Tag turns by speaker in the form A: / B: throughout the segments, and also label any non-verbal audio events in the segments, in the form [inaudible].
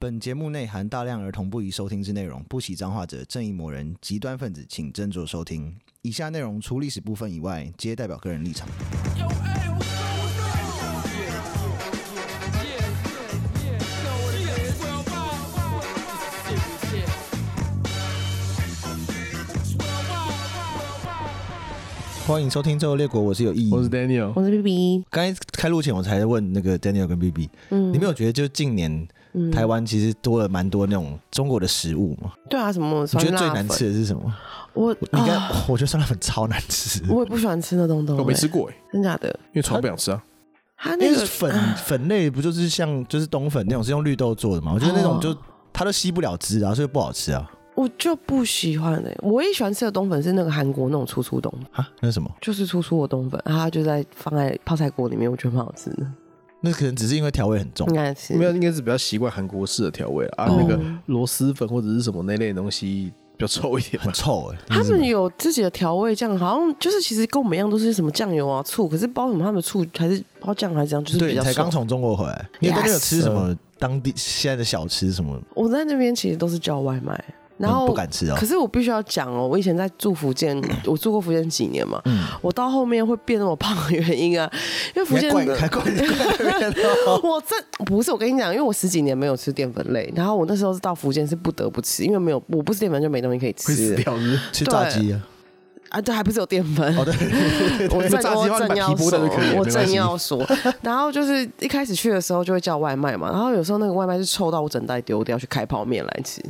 A: 本节目内含大量儿童不宜收听之内容，不喜脏话者、正义魔人、极端分子，请斟酌收听。以下内容除历史部分以外，皆代表个人立场。欢迎收听《最后列国》，我是有意义。
B: 我是 Daniel，
C: 我是 B B，
A: 刚才开录前，我才问那个 Daniel 跟 BB，、
C: 嗯，
A: 你没有觉得就近年
C: 嗯
A: 台湾其实多了蛮多那种中国的食物吗？
C: 对啊，什么
A: 你
C: 酸
A: 觉得
C: 辣
A: 最
C: 粉
A: 难吃？的是什么？
C: 我
A: 你应该
C: 啊，，
A: 我觉得酸辣粉超难吃，
C: 我也不喜欢吃那种东西，欸
B: 我没吃，过哎，
C: 真假的？
B: 因为从来不想吃啊。
C: 它
A: 因
C: 那
A: 为
C: 个
A: 粉啊粉类不就是像就是冬粉那种是用绿豆做的嘛？我觉得那种就
C: 哦
A: 它都吸不了汁啊，所以不好吃啊
C: 我就不喜欢的。我也喜欢吃的冬粉是那个韩国那种粗粗冬，
A: 啊！那是什么？
C: 就是粗粗的冬粉，然后它就在放在泡菜锅里面，我觉得蛮好吃的，
A: 那可能只是因为调味很重
C: 应。该是
B: 没有，应该是比较习惯韩国式的调味啊，啊
C: 哦
B: 那个螺蛳粉或者是什么那类的东西比较臭一点
A: 很
B: 嘛。
A: 臭哎、
C: 他们有自己的调味酱，好像就是其实跟我们一样都是什么酱油啊、醋，可是包什么他们的醋还是包酱还是这样，就是
A: 对，
C: 比
A: 你
C: 较
A: 才刚
C: 爽。
A: 从中国回来，你有
C: Yes
A: 都没有吃什么当地现在的小吃什么，
C: 我在那边其实都是叫外卖，然
A: 嗯
C: 后
A: 不敢吃哦
C: 可。是我必须要讲哦，我以前在住福
A: [clears throat]
C: 建，我住过福建几年嘛，
A: 嗯，
C: 我到后面会变那么胖的原因啊，因为福
A: 你还
C: 建
A: 怪
C: 的
A: 还怪怪那边
C: [laughs]
A: 哦
C: 我这不是我跟你讲，因为我十几年没有吃淀粉类，然后我那时候是到福建是不得不吃，因为没有我不吃淀粉就没东西可以
B: 会死
C: 吃
B: 掉 [laughs] 是不是？
A: 吃炸鸡啊？
C: 啊，这还不是有淀粉。
A: [laughs] 哦对，
C: [laughs] 我
A: [laughs]
C: 正
B: 炸鸡的
C: 我
B: 话你
C: 正
B: 买
C: 要
B: 皮剥
C: 说
B: 的就可以了，
C: 我
B: 没关
C: 正
B: 系
C: 要说，然后就是一开始去的时候就会叫外卖嘛，然后有时候那个外卖是臭到我整袋丢掉去开泡面来吃，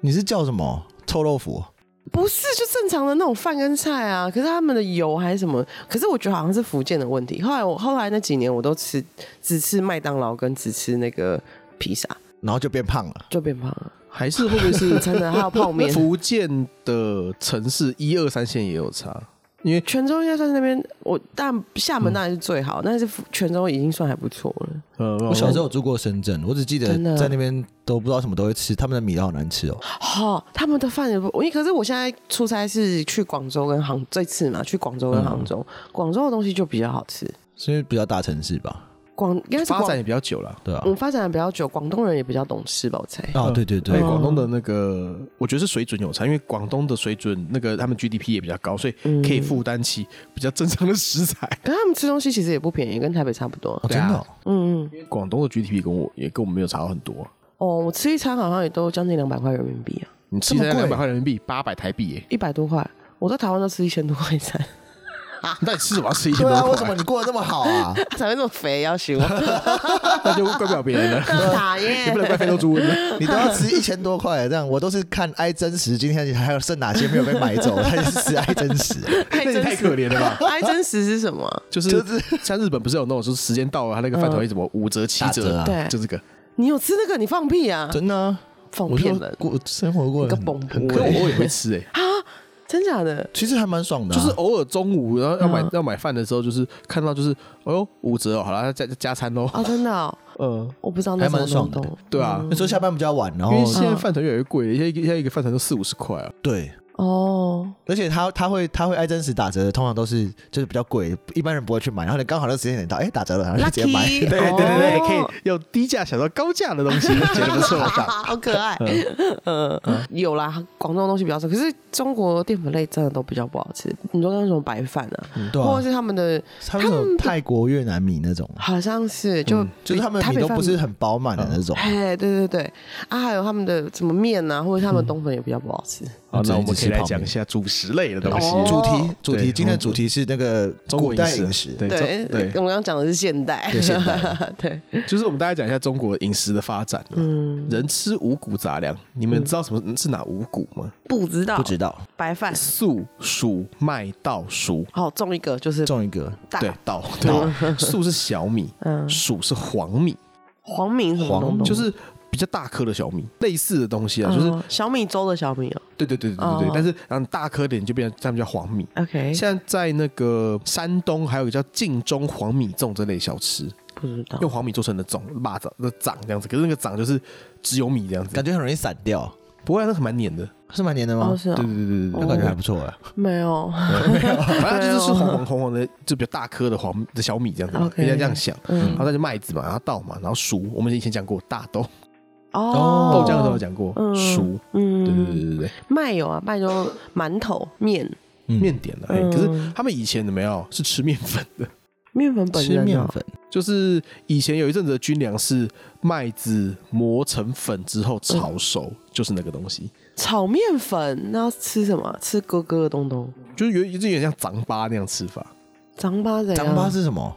A: 你是叫什么臭豆腐？哦
C: 不是就正常的那种饭跟菜啊，可是他们的油还是什么，可是我觉得好像是福建的问题。后来我后来那几年我都吃只吃麦当劳跟只吃那个披萨，
A: 然后就变胖了。
C: 就变胖了，
B: 还是 [laughs] 会不会是。
C: 真的还有泡面 [laughs]
B: 福建的城市一二三线也有差？因为
C: 泉州应该算是那边，我但厦门当然是最好，但是福泉州已经算还不错了。
B: 呃，
A: 我小时候有住过深圳，我只记得
C: 真的
A: 在那边都不知道什么都会吃，他们的米都好难吃哦。
C: 好、他们的饭也不，因为可是我现在出差是去广州跟杭，这次嘛去广州跟杭州，广州的东西就比较好吃。
A: 是因为比较大城市吧？
C: 广应该是
B: 发
C: 广
B: 展，也比较久了。
A: 对啊
C: 我，们发展的比较久，广东人也比较懂吃吧，我猜。
A: 啊，
B: 嗯
A: 对对
B: 对，
A: 对，
B: 广东的那个，我觉得是水准有差，因为广东的水准，那个他们 GDP 也比较高，所以可以负担起比较正常的食材。
C: 可是他们吃东西其实也不便宜，跟台北差不多
A: 哦。真的哦
C: 嗯嗯，
B: 广东的 GDP 跟我也跟我们没有差很多、啊
C: 哦，我吃一餐好像也都将近两百块人民币啊，
B: 你吃
A: 这么
B: 才
A: 贵
B: 两百块人民币，八百台币耶、
C: 一百多块。我在台湾都吃一千多块一餐， [laughs]
A: [laughs]
B: 你到底吃什么要吃一千
A: 对
B: 多
A: 啊，为什么
B: 块？
A: 你过得这么好 [laughs] 啊？
C: 才会这么肥，要 [laughs] 死我，
B: [laughs] 那就怪不了别人 [laughs] 了，啊
C: 讨
B: 也不能怪非
C: 厌。
B: 洲猪瘟 [laughs] 了。
A: 你都要吃一千多块，这样我都是看爱真实，今天还有剩哪些没有被买走，他就是吃爱真实。啊
C: 爱
B: 那你
C: 真
B: 太
C: 实，
B: 可怜了吧？
C: [laughs] 爱真实是什么啊？
B: 就是嗯像日本不是有那种，就是时间到了，他那个饭团会什么五折、七
A: 打折
B: 折
A: 啊，
C: 对
B: 就这个。
C: 你有吃那个？你放屁啊！
A: 真的啊，
C: 放
A: 我
C: 骗
A: 就
C: 人
A: 过生活过得
C: 你个
A: 很
C: 崩
A: 很
B: 可
A: 可
B: 我
A: 以，
B: 偶尔也会吃 [laughs] 哎、
C: 啊！真假的？
A: [laughs] 其实还蛮爽的啊，
B: 就是偶尔中午然后要买、要买饭的时候，就是看到就是哦呦五折哦，好了加加加餐喽。
C: 哦，真的哦，
B: 嗯，
C: 我不知道那
A: 还蛮
C: 什么
A: 爽的
C: 东东
B: 对啊，
A: 那时候下班比较晚，然
B: 因为
A: 后
B: 现在饭团越来越贵了，现在一个现在一个饭团都四五十块啊。
A: 对。
C: 哦，
A: 而且他他会他会爱真实打折的，通常都是就是比较贵，一般人不会去买。然后你刚好那时间点到，哎、打折了，然后就直接买。
C: Lucky
B: 对
C: 哦
B: 对对对，可以用低价想到高价的东 [laughs] 西，觉得不错。
C: [laughs] 好可爱。嗯，有啦，广东的东西比较少，可是中国淀粉类真的都比较不好吃。你说那种白饭啊，
A: [laughs] 对、
C: 或
A: 啊
C: 者，是他们的
A: 他们那
C: 他
A: 种
C: 们
A: 泰国越南米那种，啊
C: 好像是就
A: 就是他们
C: 台
A: 米
C: 北
A: 都
C: 饭
A: 不是很饱满的那种。
C: 哎，对对对，啊，还有他们的什么面啊，或者他们冬粉也比较不好吃。
B: 好，啊那我
A: 只
B: 们
A: 是
B: 可以来
A: 泡
B: 讲
A: 面
B: 一下主食类的东西。
C: 哦
A: 主题主题，
B: 对
A: 今天的主题是那个
B: 中
A: 古
B: 国
A: 代饮
B: 饮
A: 食。
B: 对
C: 对，
B: 中对
C: 我们刚刚讲的是现代 [laughs]
A: 对现代，
C: 对，
B: 就是我们大家讲一下中国饮食的发展。嗯，人吃五谷杂粮，你们知道什么是哪五谷吗？
C: 不知道，
A: 不知道，
C: 白饭，
B: 粟、黍、麦、稻、黍。
C: 好中一个就是
A: 中一个
C: 大嗯
B: 对，稻
C: [laughs]
B: 对，粟是小米，黍是黄米，
C: 黄米什么东嗯东，
B: 就是比较大颗的小米，类似的东西啊，
C: 嗯
B: 就是
C: 小米粥的小米哦。
B: 对对对对对对，但是然后大颗点就变成他们叫黄米。
C: OK，
B: 现在在那个山东还有一个叫晋中黄米粽这类小吃，
C: 不知道。
B: 用黄米做成的粽，蚂蚱的掌这样子，可是那个掌就是只有米这样子，
A: 感觉很容易散掉，
B: 不过那很蛮黏的。
A: 是蛮黏的吗
C: 哦，？是
B: 对
C: 哦，
B: 对
C: 哦
B: 对
A: 那
B: 对对，
A: 感觉还不错哎。
C: 没有。
B: 反正就是是黄黄黄黄的，就比较大颗的黄的小米这样子嘛，
C: OK
B: 人家这样想。然
C: 嗯
B: 后再就麦子嘛，然后稻嘛，然后黍，我们以前讲过大豆，
C: 哦，
B: 豆浆的时候有讲过
C: 嗯
B: 熟，对
C: 嗯，
B: 对对对对
C: 麦有啊，麦就馒头、面、
B: 对，面点了。哎
C: 嗯
B: 可是他们以前怎么样？是吃面粉的， [laughs]
C: 面粉本
A: 吃
C: 人
A: 面
C: 啊，
A: 粉，
B: 就是以前有一阵子的军粮是麦子磨成粉之后炒熟，就是那个东西，
C: 炒面粉，那要吃什么啊？吃咯咯的东东，
B: 就是有有点像糌粑那样吃法。
C: 长巴怎样？
A: 糌粑是什么？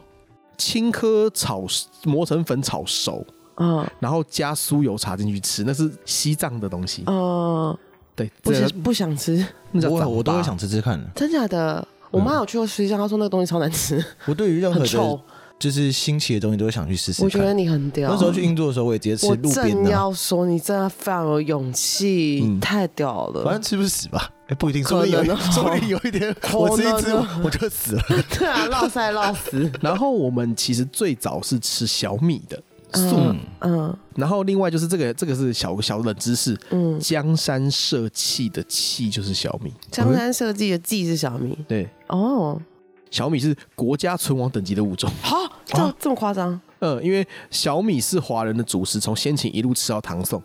B: 青稞炒磨成粉炒熟，
C: 啊，
B: 然后加酥油茶进去吃，那是西藏的东西。
C: 呃，
B: 对，
C: 不
B: 这
A: 啊
C: 是
B: 叫
C: 不想吃，
B: 那叫糌
A: 我
B: 粑
A: 我都会想吃吃看的。
C: 真假的？我妈有去过吃一下，她说那个东西超难吃，
A: [laughs] 我对于任何
C: 很
A: 的
C: 臭。
A: 就是新奇的东西都会想去试试
C: 我觉得
A: 看。
C: 你很屌。
A: 那时候去印度的时候，我也直接吃
C: 我
A: 路边的啊，
C: 正
A: 嗯
C: 要说，你真的非常有勇气，太屌了。 [laughs]
A: 反正吃不死吧？哎，不一定，
C: 可
A: 说不定有一，
C: 能哦
A: [laughs] 说不定有一天
C: [laughs] 可能哦
A: 我吃一吃我就死
C: [laughs]
A: 了。
C: 对啊，落塞
A: [laughs]
C: 落死。
B: 然后我们其实最早是吃小米的粟米，
C: 嗯
B: 然后另外就是这个这个是小小冷知识，
C: 嗯，
B: 江山社稷的稷就是小米，
C: 江山设计的计是小米
B: 对，
C: 哦，
B: 小米是国家存亡等级的物种。 [laughs]
C: 好，这
A: 啊
C: 么这么夸张
B: 嗯，因为小米是华人的主食，从先秦一路吃到唐宋，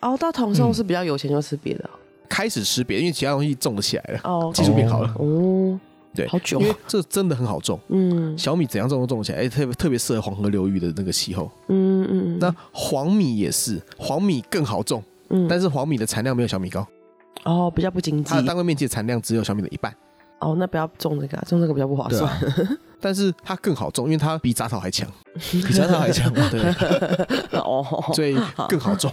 C: 哦。到同
A: 嗯
C: 寿是比较有钱就吃别的
B: 开始吃别的，因为其他东西种得起来了，
C: 哦，
B: 技术变好了。
C: 哦，
B: 对，
C: 好久
B: 因为这真的很好种。
C: 嗯
B: 小米怎样种都种得起来，哎、特别特别适合黄河流域的那个气候。
C: 嗯嗯，
B: 那黄米也是，黄米更好种，
C: 嗯
B: 但是黄米的产量没有小米高，
C: 哦比较不经济
B: 它的单位面积的产量只有小米的一半，
C: 哦，那不要种这个啊，种这个比较不划
A: 对
C: 算。
A: 啊，
B: 但是它更好种，因为它比杂草还 [laughs] 强，
A: 比沙塔还强吧？
B: [laughs] 对，啊
C: [laughs] 哦，
B: 所以更好种。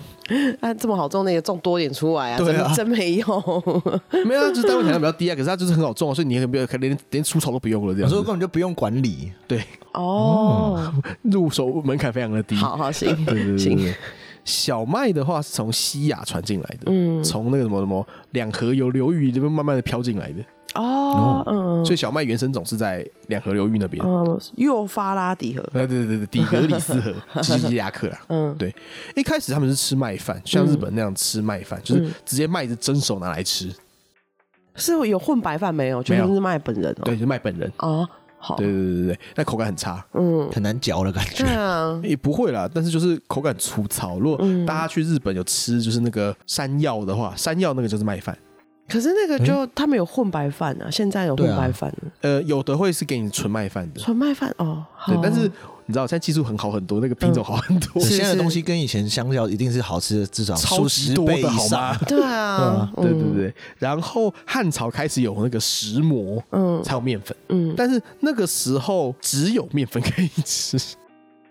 C: 那这么好种，那个种多点出来啊，
B: 对啊
C: 真真没用。
B: [laughs]
C: [laughs]
B: 没有，它就是单位产量比较低啊，可是它就是很好种啊，所以你也没有连连除草都不用了，这
A: 有
B: 样
A: 时候
B: 子。
A: 根本就不用管理，
B: 对，
C: 哦，
B: 入手门槛非常的低。
C: 好好行
B: 对，对对对
C: 行，
B: 对。小麦的话是从西亚传进来的，
C: 嗯，
B: 从那个什么什么两河流流域这边慢慢的飘进来的。
C: 哦，嗯，
B: 所以小麦原生种是在两河流域那边。
C: 嗯，幼发拉底河，
B: 呃，对对对，底格里斯河、吉吉亚克啦。[laughs]
C: 嗯，
B: 对，一开始他们是吃麦饭，像日本那样吃麦饭，
C: 嗯
B: 就是直接麦子蒸熟拿来吃。
C: 是有混白饭没有？就
B: 没有
C: 是日卖本人哦，
B: 对，就是麦本人。
C: 啊，好，
B: 对对对对对，但口感很差，
C: 嗯，
A: 很难嚼的感觉
C: 对。
B: [laughs]
C: 啊，
B: 也不会啦，但是就是口感粗糙。如果
C: 嗯
B: 大家去日本有吃就是那个山药的话，山药那个就是麦饭。
C: 可是那个就他们有混白饭啊，现在有混白饭，
B: 呃，有的会是给你纯麦饭的，
C: 纯麦饭哦，好
B: 对，但是你知道现在技术很好很多，那个品种好很多，
A: 对现在
C: 是
A: 的东西跟以前相较，一定是好吃的，至少
B: 超
A: 数
B: 级
A: 十
B: 多
A: 倍以
B: 的好吗
A: 上。？
C: 对啊，
B: [laughs] 对对对，然后汉朝开始有那个石磨，
C: 嗯
B: 才有面粉，
C: 嗯，
B: 但是那个时候只有面粉可以吃，所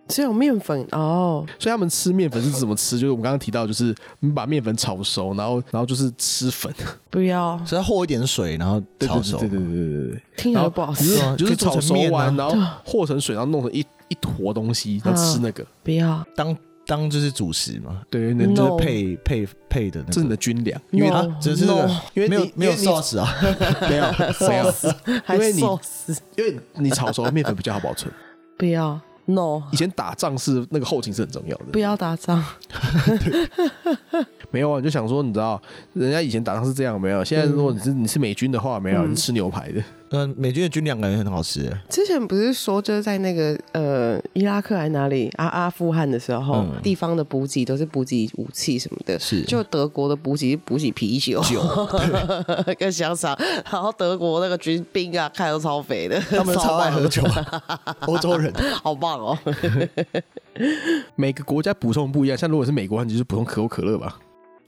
C: 只有面粉哦，
B: 以他们吃面粉是怎么吃？就是我们刚刚提到，就是你把面粉炒熟，然后然后就是吃粉，
C: 不要，
A: 只要和一点水，然后
B: 对
A: 炒熟
B: 对。对对对对对对，
C: 听起
B: 然
C: 来
B: 后
C: 就不好
B: 就
C: 吃，
B: 是就是
A: 可以做成
B: 炒熟完，
A: 面
B: 然
A: 啊
B: 后
C: [laughs]
B: 和成水，然后弄成一一坨东西，然后
C: 嗯
B: 吃那个，
C: 不要，
A: 当当就是主食嘛，
B: 对，那
C: 嗯
B: 这
A: 就是配配配的那
B: 这是你
A: 个。
B: 哦的哦军粮，
C: [laughs] 因为
A: 啊，只是这个
C: No，
B: 因为
A: 没有
B: 你
A: 没有
B: 因为你
A: sauce 啊， [laughs]
B: 没有没有，
C: 还
B: 因为你
C: 寿司，
B: 因为你炒熟的面粉比较好保存。
C: 不要，no，
B: 以前打仗是那个后勤是很重要的，
C: 不要打仗，
B: 没有啊，你就想说，你知道，人家以前打仗是这样，没有。现在如果
C: 嗯
B: 你是、你是美军的话，没有，你是吃牛排的，
A: 嗯，美军的军粮感觉很好吃，
C: 之前不是说，就是在那个呃伊拉克还哪里阿阿富汗的时候，
A: 嗯
C: 地方的补给都是补给武器什么的，
A: 是
C: 就德国的补给是补给啤酒、酒
B: [laughs]
C: 跟香肠，然后德国那个军兵啊，看都超肥的，
A: 他们超爱喝
C: 棒
A: 酒啊，欧洲 [laughs] 人。
C: 的，好棒哦！
B: 每个国家补充不一样。像如果是美国，你就是补充可口可乐
C: 嗯
B: 吧。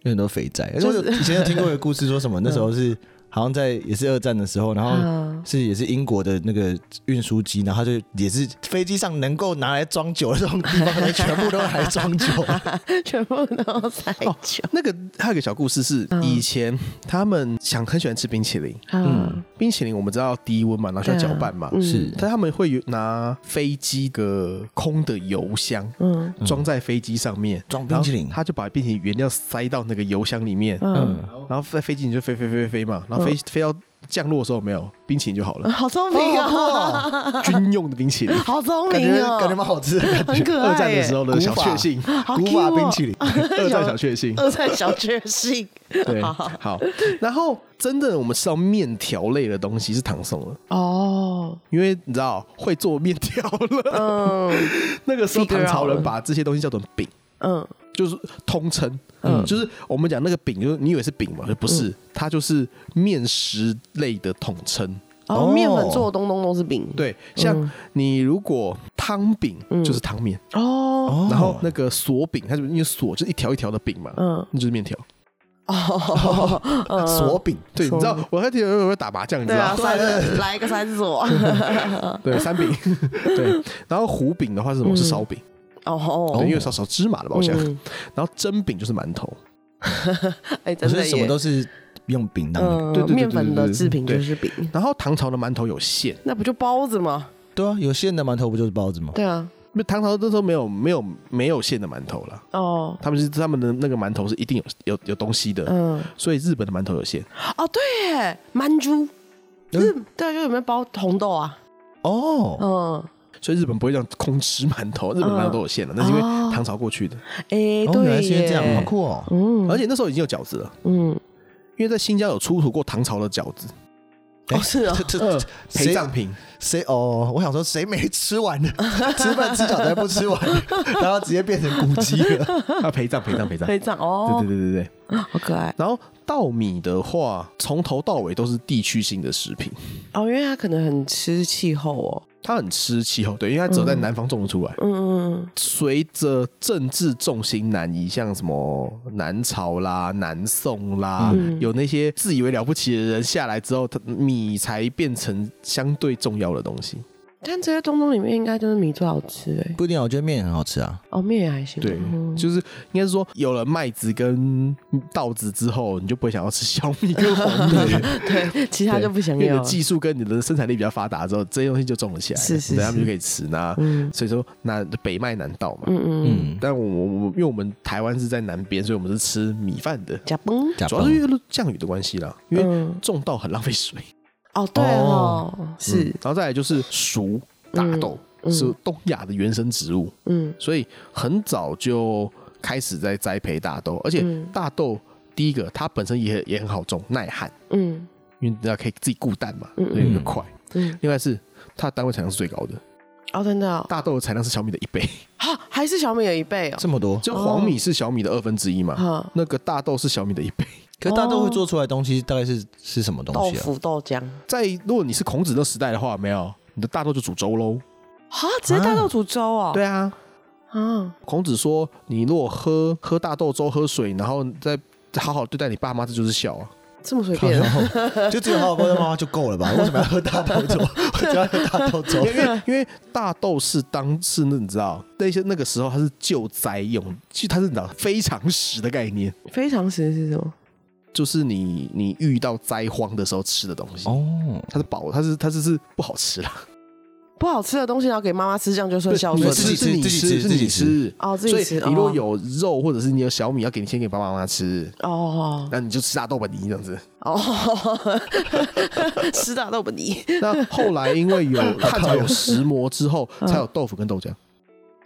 A: 有很多肥宅。而且
C: 就
A: 我
C: 是
A: 有以前有听过一个故事，说什么那时候是好像在也是二战的时候，然
C: 啊
A: 后是也是英国的那个运输机，然后它就也是飞机上能够拿来装酒的这种地方，可能全部都拿来装
B: [laughs]
A: 酒。
C: [laughs] 全部都塞酒
B: 那个还有个小故事是，以前他们想很喜欢吃冰淇淋，
C: 啊，
B: 冰淇淋我们知道低温嘛，然后需要搅拌嘛，
C: 对啊嗯
A: 是
B: 但他们会有拿飞机的空的油箱
C: 嗯
B: 装在飞机上面，
A: 嗯装冰淇淋
B: 然后他就把冰淇淋原料塞到那个油箱里面，
C: 嗯，
A: 嗯，
B: 然后在飞机你就飞飞飞飞飞嘛，然后飞、飞到降落的时候没有冰淇淋就好了，
C: 好聪明
A: 好酷
C: 啊，
B: 军用的冰淇淋。
C: 好聪
A: 感觉
C: 明
A: 哦感觉
C: 哦，
A: 蛮好吃的感
C: 很
A: 觉。
C: 可爱耶。
B: 二战的时候的小确幸，
C: 好
A: 古
C: Q
A: 法
C: 哦。
A: 冰淇淋，
B: 二战小确幸
C: 二战小确幸， [laughs]
B: 对，好。然后真的，我们吃到面条类的东西是唐宋了，
C: 哦，
B: 因为你知道会做面条了。
C: 嗯
B: [laughs] 那个时候唐朝
C: figure out 了
B: 人把这些东西叫做饼，
C: 嗯
B: 就是通称，嗯，就是我们讲那个饼，就是你以为是饼嘛，就不是，它就是面食类的统称。
C: 哦，面粉做的东东都是饼，
B: 对，像你如果汤饼就是汤面，
C: 哦
B: 然后那个锁饼，它就因为锁就是一条一条的饼嘛，
C: 嗯
B: 嗯，那就是面条。
C: 哦，
A: 锁饼，
B: 对，你知道我在听有人会打麻将，你知
C: 对啊，啊
B: 道？
C: 三来一个三锁，
A: [laughs]
B: 对，三
C: [laughs]
B: 饼，对，然后糊饼的话是什么？是烧饼，
C: 嗯哦，嗯
B: 对，因为少少芝麻的吧，我想。然后蒸饼就是馒头，
C: 哎，
A: 可
C: 真的
A: 是什么
C: 耶，
A: 都是用饼当的，
C: 嗯
B: 对对对，对
C: 面粉的制品
B: 对
C: 就是饼，
B: 然后唐朝的馒头有馅，
C: 那不就包子吗？
A: 对啊，有馅的馒头不就是包子吗？
C: 对啊，
B: 那唐朝那时候没有没有没有馅的馒头啦，
C: 哦，
B: 他们是他们的那个馒头是一定有有有东西的，
C: 嗯，
B: 所以日本的馒头有馅。
C: 哦，对耶，蛮珠，
A: 嗯
C: 日对啊，就里面包红豆啊，
A: 哦，
C: 嗯，
B: 所以日本不会这样空吃馒头，日本馒头都有馅的，那是因为
C: 哦
B: 唐朝过去的，
C: 哎，
A: 哦，原来
C: 对
A: 是因为
C: 耶，
A: 这样，好酷哦！
C: 嗯
B: 而且那时候已经有饺子了，
C: 嗯，
B: 因为在新疆有出土过唐朝的饺子，
A: 哎
C: 哦是啊
A: 这这
B: 呃
A: 这
B: 陪葬品，
A: 谁哦？我想说谁没吃完呢？ [laughs] 吃饭吃饺子还不吃完， [laughs] 然后直接变成古迹了。
B: 啊陪葬陪葬 [laughs] 陪葬，
C: 可
B: 对
C: 以这样哦
B: 对，对对对。
C: 好可爱
B: 然后稻米的话，从头到尾都是地区性的食品，
C: 哦，因为它可能很吃气候哦，
B: 它很吃气候，对，因为它只有在南方种得出来。
C: 嗯
B: 随着政治重心南移，像什么南朝啦、南宋啦，有那些自以为了不起的人下来之后，他米才变成相对重要的东西。
C: 但这些东东里面应该就是米最好吃哎，
A: 不一定啊，我觉得面很好吃啊。
C: 哦面也还行，嗯
B: 对，就是应该是说，有了麦子跟稻子之后，你就不会想要吃 [laughs] 小米跟黄米了。
C: 对，其他
B: 对
C: 就不想
B: 因为你
C: 要
B: 的。技术跟你的生产力比较发达之后，这些东西就种了起来了，
C: 是是
B: 对
C: 是
B: 他们就可以吃。那、所以说，那北麦南稻嘛。
C: 嗯嗯，
A: 嗯，
B: 但我我我，因为我们台湾是在南边，所以我们是吃米饭的。
C: 假崩
A: 假
B: 主要是
A: 崩
B: 因为降雨的关系啦，因为
C: 嗯，
B: 种稻很浪费水。 [laughs]
C: 哦对哦，
A: 嗯
C: 是
B: 然后再来就是熟大豆、是东亚的原生植物，
C: 嗯
B: 所以很早就开始在栽培大豆，而且
C: 嗯
B: 大豆第一个它本身也也很好种，耐旱，
C: 嗯
B: 因为大家可以自己固氮嘛，
C: 嗯
B: 所以就快。
C: 嗯，
B: 另外是它的单位产量是最高的，
C: 哦真的哦
B: 大豆的产量是小米的一倍， [laughs]
C: 哈还是小米有一倍哦，
A: 这么多，
B: 就黄米是小米的二分之一嘛，
C: 哈
B: 那个大豆是小米的一倍。
A: 可是大豆会做出来的东西大概是是什么东
C: 豆
A: 西 [laughs] 啊？
C: 腐豆浆
B: 在如果你是孔子那时代的话，没有你的大豆就煮粥喽。
C: 哈直
A: 啊
C: 接大豆煮粥哦，
B: 对啊，
C: 啊
B: 孔子说：“你如果喝喝大豆粥、喝水，然后再好好对待你爸妈，这就是孝啊。
C: 这么随便啊，
A: 就只有好好沟通妈妈就够了
C: [laughs]
A: 吧？为什么要喝大豆粥？我只要喝大豆粥
B: 因。为因为因为大豆是当是那你知道那些那个时候它是救灾用，其实它是你知道非常时的概念，
C: 非常哦时是什么？
B: 就是你你遇到灾荒的时候吃的东西。
A: 哦，
B: 它是饱，它是它是是不好吃啦。
C: 不好吃的东西，然后给妈妈吃，这样就算孝
A: 你
C: 顺
A: 们
C: 了
A: 自己
B: 是你
A: 自己吃
B: 是你
A: 自己
B: 吃
C: 哦自己
B: 所以
C: 吃
B: 你如
C: 哦
B: 果有肉或者是你有小米，要给你先给爸爸妈妈吃，
C: 哦
B: 那你就吃大豆吧，你这样子。
C: 哦，吃大豆本泥
B: 那后来因
A: [laughs]
B: 为有汉朝有石磨之后，才有豆腐跟豆浆。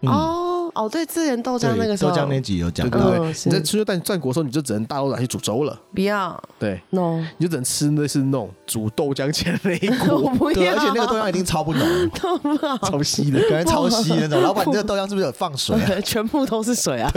A: 嗯，
C: 哦哦，对，之前豆浆
A: 对，
C: 那个时候
A: 豆浆那集有讲
B: 对对
A: 到，
B: 对，
C: 嗯是
B: 你在吃蛋战国的时候，你就只能大豆拿去煮粥了，
A: [laughs]
C: 不要
B: 对，
C: no，
B: 你就只能吃那是那种煮豆浆前的那一
C: [laughs] 我
B: 锅，
C: 不
A: 对，
C: 要，
A: 而且那个豆浆一定超不浓，
C: [laughs]
B: 超稀的。
A: 感觉超稀那种。老板，你这个豆浆是不是有放水
C: [laughs]
A: 啊？
C: 全部都是水啊！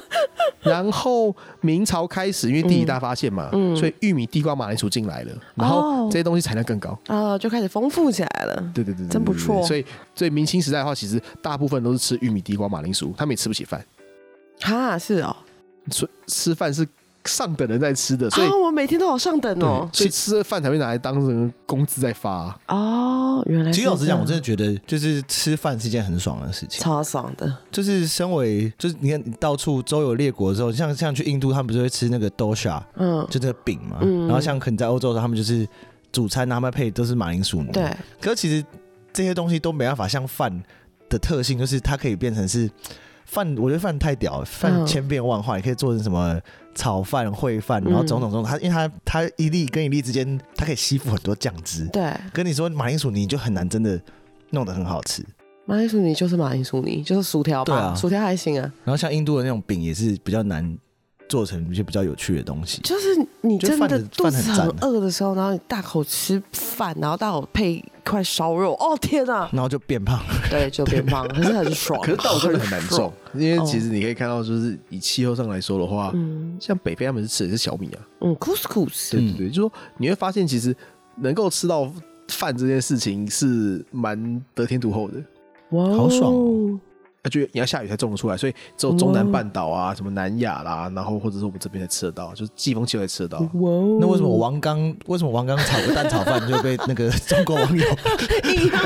B: [laughs] 然后明朝开始，因为地
C: 嗯
B: 理大发现嘛，所以玉米、地瓜、马铃薯进来了，然
C: 哦
B: 后这些东西产量更高。
C: 啊，就开始丰富起来了。
B: 对对对，对
C: 真不
B: 对对
C: 错
B: 所以，所以明清时代的话，其实大部分都是吃玉米、地瓜、马铃薯，他们也吃不起饭，
C: 哈，是哦，
B: 所以吃饭是上等人在吃的，所以嗯
C: 啊，我每天都好上等哦。
B: 所以吃的饭才会拿来当成工资在发啊、
C: 哦，原来是
A: 其实老实
C: 这
A: 讲，
C: 样
A: 我真的觉得就是吃饭是一件很爽的事情。
C: 超爽的。
A: 就是身为，就是你看你到处周游列国的时候，像像去印度，他们不是会吃那个 dosha，
C: 嗯，
A: 就这个饼嘛。
C: 嗯
A: 然后像可能在欧洲的时候，他们就是主餐，啊他们配都是马铃薯泥。
C: 对。，
A: 可是其实这些东西都没办法像饭的特性，就是它可以变成是饭。我觉得饭太屌了，饭
C: 嗯
A: 千变万化，也可以做成什么炒饭、烩饭，然后种种种种。它因为它它一粒跟一粒之间，它可以吸附很多酱汁。
C: 对，
A: 跟你说马铃薯泥，你就很难真的弄得很好吃。
C: 马铃薯泥就是马铃薯泥，就是薯条
A: 对
C: 吧？
A: 啊
C: 薯条还行啊，
A: 然后像印度的那种饼也是比较难做成一些比较有趣的东西。
C: 就是你
A: 就
C: 真
A: 饭
C: 的
A: 很
C: 肚
A: 饭
C: 子
A: 很
C: 很
A: 赞
C: 饿的时候，然后你大口吃饭，然后大口配一块烧肉，哦天哪！
A: [laughs] 然后就变胖了，
C: 对，就变胖，可是很爽。
B: 可是稻真的很难种
C: 爽，，
B: 因为其实你可以看到，就是以气候上来说的话，
C: 嗯
B: 像北非他们是吃的是小米啊，
C: 嗯，couscous，
B: 对对对，就说你会发现，其实能够吃到饭这件事情是蛮得天独厚的。
C: 哇哦，
A: 好爽哦
B: 啊，就你要下雨才种得出来，所以只有中南半岛啊、什么南亚啦，然后或者是我们这边才吃得到，就是季风气候才吃得到。
C: 哇哦！
A: 那为什么王刚为什么王刚炒个蛋炒饭就被那个中国网友 [laughs]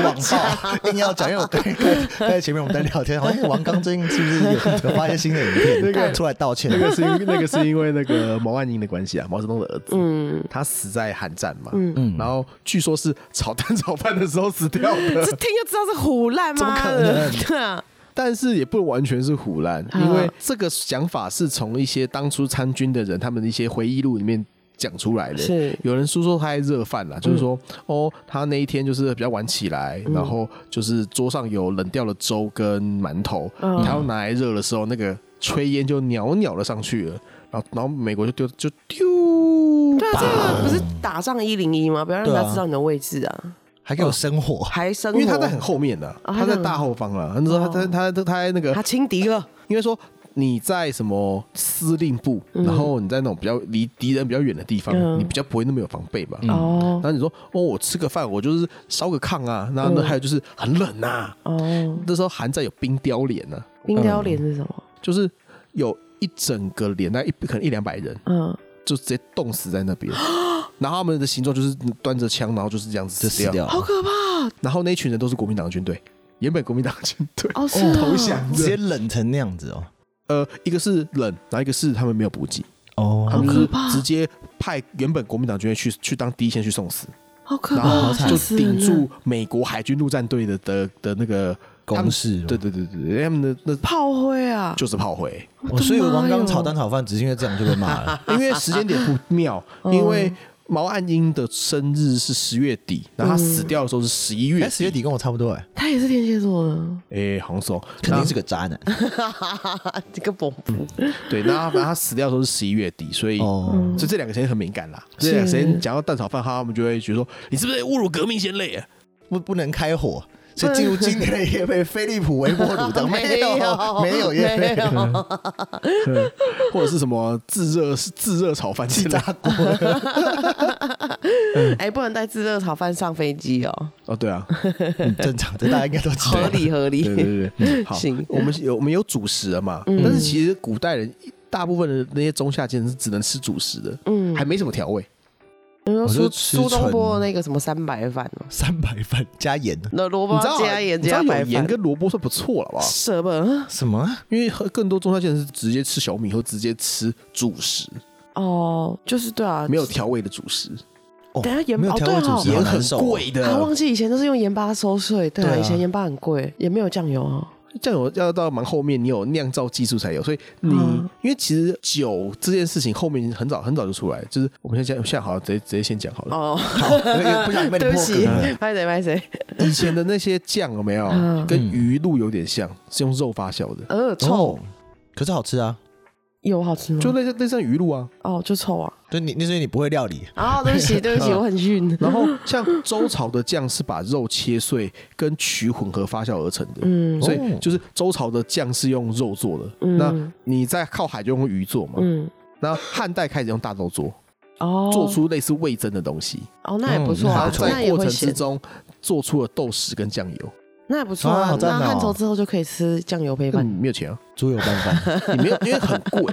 A: 网爆，硬要讲？因为我刚 [laughs] 刚在前面我们在聊天，好像哎王刚最近是不是有有发现新的影片，
B: 个
A: 出来道歉
B: 那？个是因 [laughs] 为那个是因为那个毛岸英的关系啊，毛泽东的儿子，
C: 嗯
B: 他死在韩战嘛，
A: 嗯
B: 然后据说是炒蛋炒饭的时候死掉的
C: 这，听就知道是胡烂
A: 怎么
C: 吗？
A: 可能
C: [laughs] 对啊，
B: 但是也不完全是胡乱，
C: 啊
B: 因为这个想法是从一些当初参军的人他们的一些回忆录里面讲出来的。
C: 是嗯
B: 有人说说他在热饭啦，就是说哦，他那一天就是比较晚起来，然后就是桌上有冷掉的粥跟馒头，
C: 嗯
B: 他要拿来热的时候，那个炊烟就袅袅的上去了，然后然后美国就丢就丢，
C: 对啊，这个不是打上一零一吗？不要让
A: 对
C: 他
A: 啊
C: 知道你的位置啊，
A: 还给我生火，
C: 还生
B: 因
C: 活，
B: 为他在很后面呢、
C: 哦
B: 他在大后方了。那时候他他他他在那个
C: 他轻敌了，
B: 因为说你在什么司令部，然后你在那种比较离敌人比较远的地方，
C: 嗯
B: 你比较不会那么有防备嘛。
C: 哦
B: 然后你说哦，我吃个饭，我就是烧个炕啊。
C: 嗯
B: 那那还有就是很冷呐、
C: 哦，
B: 那时候韩战有冰雕连呢、
C: 冰雕脸是什么？
B: 就是有一整个连，那一可能一两百人，
C: 嗯，
B: 就直接冻死在那
C: [gasps]
B: 边。然后他们的形状就是端着枪，然后就是这样子
A: 就
B: 死
A: 死
B: 掉。
A: 掉了，
C: 好可怕
B: 然后那一群人都是国民党军队，原本国民党军队，
C: 哦，是啊
B: 投降
A: 直接冷成那样子哦。
B: 呃，一个是冷，然后一个是他们没有补给，他
A: 哦
B: 们就
C: 好可
B: 是
C: 怕
B: 直接派原本国民党军队去去当第一线去送死，
C: 好可
B: 然
C: 怕，
B: 后
C: 吓
B: 就
C: 死人
B: 顶
C: 了
B: 住美国海军陆战队的的的那个
A: 公。式
B: 他们对对对对对，他们的那
C: 炮灰啊，
B: 就是炮灰，
A: 哦，所以王刚炒
C: 的
A: 蛋炒饭只是因为这样就被骂 [laughs] 了。
B: 因为时间点不妙，
C: 嗯
B: 因为毛岸英的生日是十月底，然后他死掉的时候是十一月
A: 哎，，十月底跟我差不多哎，
C: 他也是天蝎座的，
B: 哎，好像是哦，
A: 肯定
B: 那
A: 是个渣男
B: 啊
C: 这个崩 [laughs]
B: 对，那他反正他死掉的时候是十一月底，所以
A: 哦。
B: 所以这两个时间很敏感啦。这两个时间讲到蛋炒饭，他们就会觉得说你是不是侮辱革命先烈啊？
A: 不不能开火，所以进入今天的夜配，飞利浦微波炉的 [laughs] 没有没有夜配，
B: 或者是什么自热自热炒饭之
A: 气
B: 类
A: 炸
B: 的
A: 锅。
B: 嗯
C: 哎，不能带自热炒饭上飞机哦，
B: 哦，对
C: [laughs]
B: 啊，
A: 嗯正常，这大家应该都知
C: 合
A: 道。
C: 理合
B: 对对
C: 理，
B: 对对，好
C: 行，嗯
B: 我们有我们有主食了嘛？但是其实古代人大部分的那些中下阶层是只能吃主食的，
C: 嗯，
B: 还没什么调味。
C: 你说
A: 我
C: 苏
A: 就吃
C: 苏东
A: 纯
C: 坡
A: 吗
C: 那个什么三白饭哦，
A: 三百份加盐
C: 那萝卜
B: 你知道啊
C: 加
B: 你
C: 盐
B: 知道
C: 加白
B: 有盐
C: 饭，
B: 跟萝卜算不错了吧？
C: 什么？
A: 什么啊？
B: 因为和更多中下阶层是直接吃小米或直接吃主食，
C: 哦，就是对啊，
B: 没有调味的主食，
A: 哦
C: 等一下盐
A: 没有
C: 哦
A: 调
C: 对
A: 味
C: 哦
A: 主食
B: 盐
A: 好
B: 很
A: 难受哦
B: 贵
C: 啊，
B: 的
C: 忘，记以前都是用盐巴收税，对啊，
A: 对啊
C: 以前盐巴很贵，也没有酱油啊。
B: 酱油要到蛮后面，你有酿造技术才有，所以你、
C: 嗯
B: 因为其实酒这件事情后面很早很早就出来，就是我们现在现在好直接直接先讲好了。
C: 哦，
A: 好，不
C: [laughs]
A: 想被
C: 对
A: 你
C: 不
A: 破
C: 起
A: 梗了。，
C: 拍谁拍谁，
B: 啊以前的那些酱有没有
C: 嗯
B: 跟鱼露有点像，是用肉发酵的，
C: 呃，臭
A: 哦，可是好吃啊！
C: 有好吃吗？
B: 就类似类似像鱼露啊。
C: 哦，就臭啊。
A: 就你，那所以你不会料理
C: [laughs] 啊，对不起，对不起，我很逊。
B: 然后像周朝的酱是把肉切碎跟曲混合发酵而成的，
C: 嗯
B: 所以就是周朝的酱是用肉做的。
C: 嗯
B: 那你在靠海就用鱼做嘛，
C: 嗯，
B: 然后汉代开始用大豆做，
C: 哦，
B: 做出类似味噌的东西。
C: 哦，那也不错
A: 嗯
C: 啊
A: 好
B: 他，
A: 丑
C: 那
B: 在
C: 也
B: 过
C: 会
B: 程
C: 咸
B: 之，中做出了豆豉跟酱油。
C: 那也不错
A: 啊
C: 啊
A: 好。赞
C: 那
A: 哦
C: 汉朝之后就可以吃酱油配
B: 那
C: 饭
B: 你，没有钱啊？
A: 猪油拌饭，
B: [laughs] 你没有，因为很 [laughs] 贵。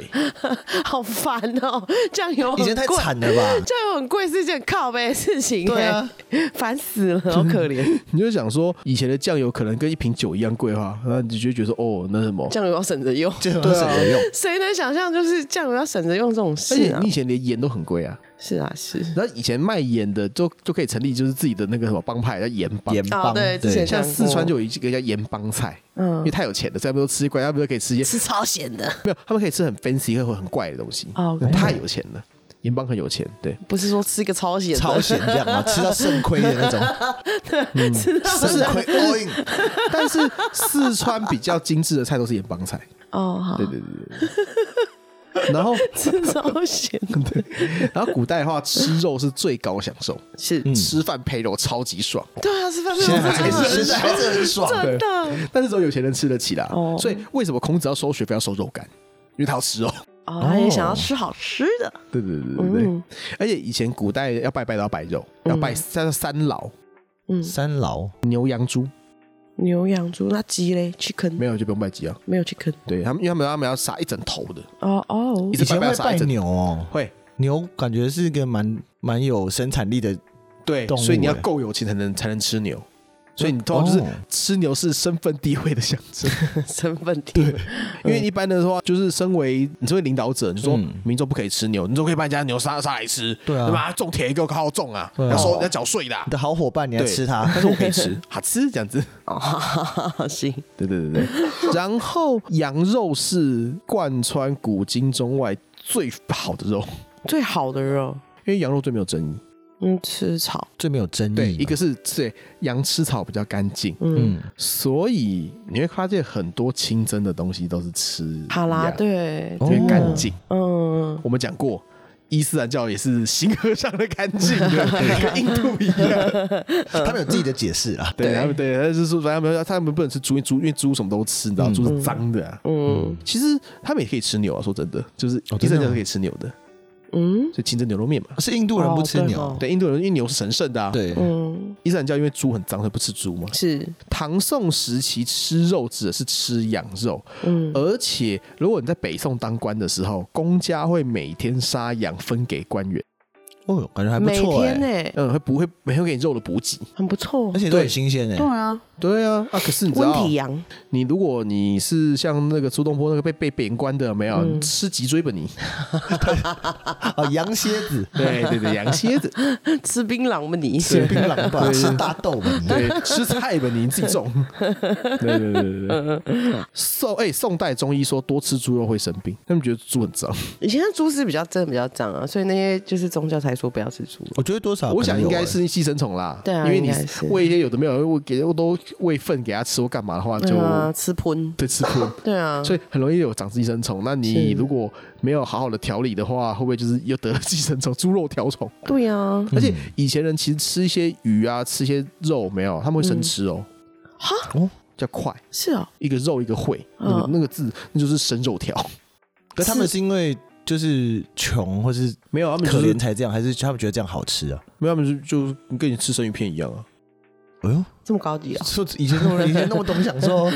C: 好烦哦，酱
A: [laughs]
C: 油
A: 以前
C: 很
A: 太
C: 贵。
A: 惨了吧？
C: 酱油很贵是一件靠背事情、欸，
A: 对啊，
C: 烦死了，好可
B: [laughs]
C: 怜。
B: 你就想说，以前的酱油可能跟一瓶酒一样贵的话，那你就觉得说，哦，那什么？
C: 酱油要省着用，
B: 啊
A: 这种省着用，
C: 谁能想象就是酱油要省着用这种
B: 而
C: 事
B: 且
C: 啊
B: 你以？前连盐都很贵啊。
C: 是啊，是。
B: 然后以前卖盐的就就可以成立就是自己的那个什么帮派，叫盐
A: [laughs]
B: 帮。
A: 盐
C: 啊
A: 帮
C: 对之前
B: 像四川就有一个叫盐帮菜，因
C: 嗯 [laughs]
B: 为，太有钱了，所以他们都吃怪，他们都可以吃一些
C: 吃超咸的。
B: 没有，他们可以吃很 fancy 或很怪的东西。
C: 哦，OK
B: 太有钱了，盐帮很有钱，对。
C: 不是说吃一个超咸的，
A: 超咸这样啊，吃到肾亏的
C: [laughs]
A: 那种，
C: 吃到
A: 肾亏哦 all in。
B: 但是四川比较精致的菜都是盐帮菜，
C: 哦，好
B: 对，对对对。 [laughs] 然后，
C: 吃 [laughs] 超咸的，
B: 然后古代的话，吃肉是最高享受，
C: 是，
A: 嗯
B: 吃饭配肉超级爽。
C: 对啊，吃饭没
A: 现
C: 有
A: 在还
C: 真的
A: 是现
C: 很
A: 在还哎是很爽。
C: 真的
B: 但是只有有钱人吃得起啦。
C: 哦
B: 所以为什么孔子要收学费要收肉干？因为他要吃
A: [laughs]
B: 肉。
C: 哦，他也想要吃好吃的，
B: 对对对对对。
C: 嗯
B: 而且以前古代要拜拜都要拜肉，要拜三三老
C: 嗯，
A: 三老
B: 牛羊猪，
C: 牛羊猪那鸡嘞，chicken
B: 没有就不用拜鸡啊。
C: 没有 chicken，
B: 对他们，因为他们他们要杀一整头的，
C: 哦哦
B: 一，
A: 以
B: 直
A: 前
B: 拜
A: 会
B: 杀
A: 拜
B: 一整
A: 牛哦，
B: 会。
A: 牛感觉是一个蛮蛮有生产力的
B: 对，
A: 动物
B: 所以你要
A: 欸
B: 够有钱才能才能吃牛。所以你通常就是
A: 哦
B: 吃牛是身份地位的象征，
C: 身份地位，
B: 因为一般的话就是身为你身为领导者，你说
A: 嗯
B: 民众不可以吃牛，你就可以把人家牛杀杀来吃，
A: 对啊
B: 对吧？种田给我好好种啊，
A: 对啊
B: 要收要缴税的啊
A: 你，的好伙伴，你要
B: 对
A: 吃它。
B: 但是我可以吃，好吃这样子。
C: [laughs] 哦，哈哈哈行，
B: 对对对对。然后羊肉是贯穿古今中外最好的肉，
C: 最好的肉，
B: 因为羊肉最没有争议。
C: 嗯，吃草，
A: 最没有争议嘛。
B: 对，一个是对羊吃草比较干净，
C: 嗯，
A: 嗯，
B: 所以你会发现很多清蒸的东西都是吃
C: 好啦，
B: 羊，
C: 对，
A: 哦
B: 因为干净。
C: 嗯，
B: 我们讲过。伊斯兰教也是形和尚的干净的，跟印度一样。
A: [laughs] 他们有自己的解释啦。
B: 对，他们对，他就是说，反正他们他们不能吃猪，因为猪因为猪什么都吃，你知道，
A: 嗯
B: 猪是脏的、啊。
C: 嗯
B: 其实他们也可以吃牛啊，说真的，就是
A: 哦真的
B: 伊斯兰教
A: 哦
B: 是可以吃牛的，
C: 嗯
B: 所以清蒸牛肉面嘛。
A: 是印度人不吃
C: 哦
A: 牛。
B: 对，印度人因为牛是神圣的啊。，
A: 对，
C: 嗯，
B: 伊斯兰教因为猪很脏，所以不吃猪嘛。
C: 是，
B: 唐宋时期吃肉指的是吃羊肉，
C: 嗯，
B: 而且如果你在北宋当官的时候，公家会每天杀羊分给官员，
A: 哦，感觉还不
C: 每
A: 错
C: 天
A: 哎，
C: 呢，
B: 嗯，会不会每天会给你肉的补给？
C: 很不错
A: 而，且都很新鲜
C: 对
A: 哎。
C: 啊，
B: 对啊，啊，可是你知
C: 温
B: 道
C: 体，羊，
B: 你如果你是像那个苏东坡那个被被贬官的，有没有、
C: 嗯
B: 你吃脊椎吧你，、
A: 哦，羊蝎子 [laughs]
B: [laughs] 对对对，羊蝎 [laughs] 子，
C: 吃槟榔吗你？
A: 吃槟榔吧，吃大豆吧，你
B: 对，吃菜吧你，你自己种。 [laughs] 对对对对对。宋哎、宋代中医说多吃猪肉会生病，他们觉得猪很脏。
C: 以前的猪是比较真的比较脏啊，所以那些就是宗教才说不要吃猪。
A: 我觉得多少可能有
B: 我
A: 欸，
B: 想应该是寄生虫啦，
C: 对啊
B: 因为你
C: 应该是
B: 喂一些有的没有，喂给都喂粪给它吃或干嘛的话，就
C: 对啊，吃喷，
B: 对吃 [laughs] 破，
C: 对啊，
B: 所以很容易有长寄生虫。那你
C: 是
B: 如果没有好好的调理的话，会不会就是又得了寄生虫、猪肉条虫？
C: 对啊，
B: 而且以前人其实吃一些鱼啊，吃一些肉没有，他们会生吃哦，
C: 哈，
A: 哦，
B: 叫块，
C: 是哦，
B: 一个肉一个会，那
C: 嗯
B: 个那个字那就是生肉条，
A: 可他们是因为就是穷或是
B: 没有他们就
A: 可
B: 是
A: 怜才这样，还是他们觉得这样好吃啊？
B: 没有他们就就跟你吃生鱼片一样啊，
A: 哎呦，
C: 这么高级啊，
A: 说以前那 [laughs] 么以前那么懂享 [laughs] 受，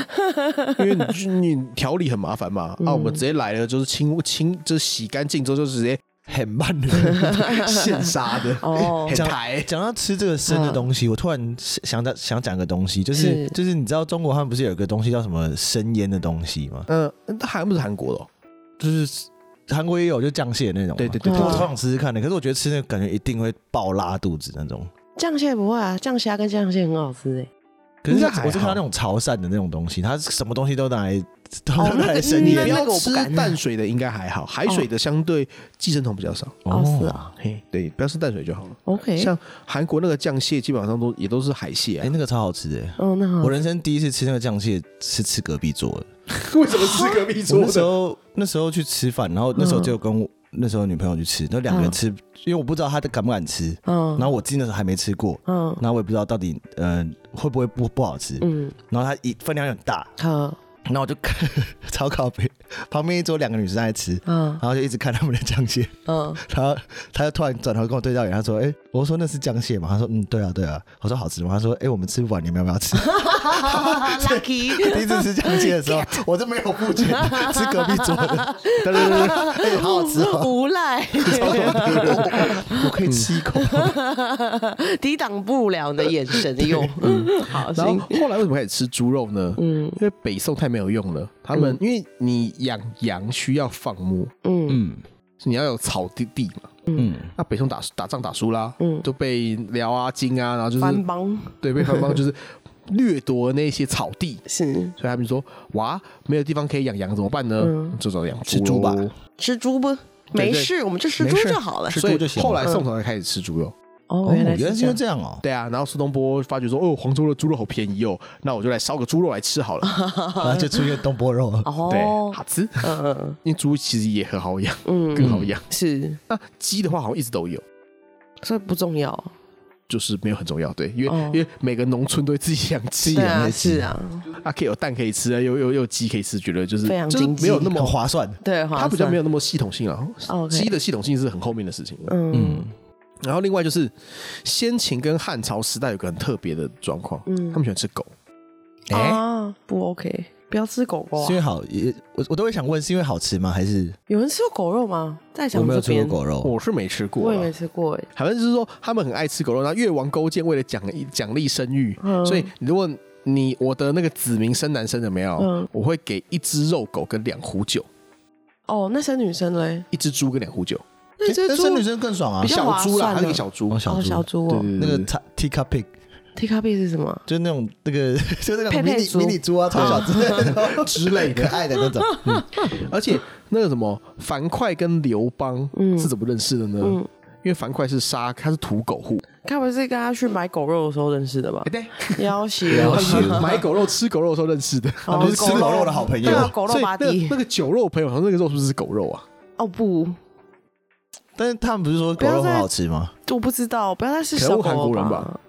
B: 因为你你调理很麻烦嘛，啊，我们直接来了就是清清就是洗干净之后就直接 [laughs]
A: 很慢的。
B: 现杀的
C: 哦
B: 很台。
A: 哎讲到吃这个生的东西，我突然想到想讲个东西，就是
C: 是
A: 嗯就是你知道中国他们不是有一个东西叫什么生腌的东西吗？
B: 嗯，那韩不是韩国的哦，
A: 就是韩国也有就酱蟹那种嘛，
B: 对对对
C: 对
A: 我超想吃吃看的，可是我觉得吃那个感觉一定会爆拉肚子那种。
C: 酱蟹不会啊，酱虾跟酱蟹很好吃哎。
A: 可是
B: 应该还好
A: 我是看到那种潮汕的那种东西，它是什么东西都拿来 [laughs] 都
C: 哦
A: 拿来生
B: 你
C: 那
B: 不
A: 腌。
B: 要
C: 个我不
B: 吃
C: 敢
B: 淡水的应该还好，海水的相对寄生虫比较少。
C: 哦是啊
B: 嘿，对，不要吃淡水就好了。
C: ，OK，
B: 像韩国那个酱蟹，基本上都也都是海蟹
A: 哎， [laughs]
B: 啊。
A: 那个超好吃的。
C: 哦那好
A: 我，人生第一次吃那个酱蟹是吃隔壁桌的。
B: 为什么吃隔壁
A: 我那时？候那时候去吃饭，然后那
C: 嗯
A: 时候就跟我那时候女朋友去吃，那两个人吃，因为我不知道她敢不敢吃，
C: 嗯
A: 然后我自己那时候还没吃过，
C: 嗯
A: 然后我也不知道到底呃会不会不不好吃，
C: 嗯，
A: 然后它一分量有点大，
B: [laughs]
C: 好， [laughs]
A: 然后我就看超靠背，旁边一桌两个女生在吃，
C: 嗯
A: 然后就一直看他们的酱蟹，
C: 嗯，
A: 然后他就突然转头跟我对到眼，他说：“哎、我说那是酱蟹嘛？”他说：“嗯，对啊，对啊。”我说：“好吃吗？”他说：“哎、我们吃不完，你们要不要吃 [laughs]
C: lucky，？”
A: 第一次吃酱蟹的时
C: [laughs]
A: 候，我就没有付钱，吃隔壁桌的，对对对，对哎、好好吃哦。
C: 无赖， [laughs]
A: 我可以吃一口，
C: 嗯抵挡不了你的眼神的诱惑。好，
B: [laughs] 嗯然后
C: 行，
B: 后来为什么开始吃猪肉呢？
C: 嗯
B: 因为北宋太没有用了，他们因为你养羊需要放牧，
C: 嗯
A: 嗯
B: 你要有草地地嘛。
A: 嗯，
B: 那北宋打打仗打输啦，
C: 嗯
B: 都被辽啊、金啊，然后就是
C: 翻帮
B: [laughs] 对被藩邦就是掠夺那些草地，
C: 是
B: 所以他们就说哇，没有地方可以养羊怎么办呢？
C: 嗯
B: 就找养
A: 吃猪吧
B: 咯
C: 吃猪不？
B: 对
C: 没
B: 对
C: 事，我们就吃
A: 没
C: 猪
A: 事
C: 就好了。
A: 吃
B: 所
A: 猪
B: 以
A: 就行了哦
B: 后来宋朝才开始吃猪肉，
C: 哦，原来
A: 原来
C: 是
A: 是
C: 这
A: 因为
C: 样。
A: 这样哦。
B: 对啊，然后苏东坡发觉说，哦，黄州的猪肉好便宜哦，那我就来烧个猪肉来吃好了。
A: 然后就出一个东坡肉，
B: 对
C: 哦，，
B: 好吃， [laughs]
C: 嗯嗯嗯，
B: 因为猪其实也很好养，
C: 嗯
B: 更好养。
C: 是，
B: 那鸡的话好像一直都有，
C: 所以不重要。
B: 就是没有很重要，对，因为、
C: 哦
B: 因为每个农村都会自己养鸡
A: 一
C: 对
A: 人
C: 啊，
A: 一
C: 是
A: 只
C: 啊，
B: 啊，可以有蛋可以吃啊，又又又有鸡可以吃，觉得就是
C: 非常
B: 就是
C: 经济
B: 没有那
A: 很
B: 么，
A: 划算。
C: 对，划
B: 它比较
C: 算哦
B: 没有那么系统性啊。
C: OK
B: 鸡的系统性是很后面的事情。
C: 嗯
A: 嗯，
B: 然后另外就是先秦跟汉朝时代有个很特别的状况，
C: 嗯
B: 他们喜欢吃狗，
A: 哎，
C: 啊，不 OK，不要吃狗狗啊
A: 是因为！好，也我我都会想问，是因为好吃吗？还是
C: 有人吃过狗肉吗？在
A: 我
C: 想
A: 没有
C: 这
A: 吃过
C: 边，
A: 狗肉？啊
B: 我是没吃过啊
C: 我也
B: 啦
C: 没。吃过哎。
B: 反正就是说他们很爱吃狗肉，然后越王勾践为了奖奖励生育，
C: 嗯
B: 所以如果你我的那个子民生男生有没有，
C: 嗯
B: 我会给一只肉狗跟两壶酒，
C: 哦，那生女生嘞？
B: 一只猪跟两壶酒，
C: 那
A: 诶
C: 只
A: 但
C: 猪
A: 是女生更爽啊
C: 比！较划
B: 小猪啦，
C: 算
B: 还有一个
C: 啊
B: 小猪，
A: 哦小
C: 哦，
A: 猪
C: 小猪
B: 对
C: 哦
B: 对对
A: 那个
B: 对
A: ta- teacup pig
C: ，T 咖啡是什么？
A: 就是那种那个 [laughs] 就是那
C: 佩
A: 种迷
C: 佩
A: 你
C: 猪
A: 迷你猪啊，从小之类
C: [laughs]
A: 的
B: 之类
A: 可
B: 的，
A: 爱的那种。
B: 而且那个什么樊哙跟刘邦
C: 嗯
B: 是怎么认识的呢？
C: 嗯，
B: 因为樊哙是杀，他是屠狗户，
C: 该不会是跟他去买狗肉的时候认识的
A: [laughs]
C: 吧
B: 哎？ [laughs] 对，
C: 要挟
A: 要
C: 哦，
A: 挟
B: 他是 [laughs] 买狗肉吃狗肉的时候认识的，
A: 他们是吃狗肉的好朋友
C: 对啊，狗
B: 所
C: 肉
B: 以
C: 巴
B: 那个
C: 蒂
B: 那。个酒肉朋友，那个肉是不是狗肉啊？
C: 哦不，
A: 但是他们不是说狗肉很好吃吗？
C: 我不知道，不要再是
B: 可
C: 小
B: 恶
C: 狗
B: 韩
C: 肉
B: 国人吧？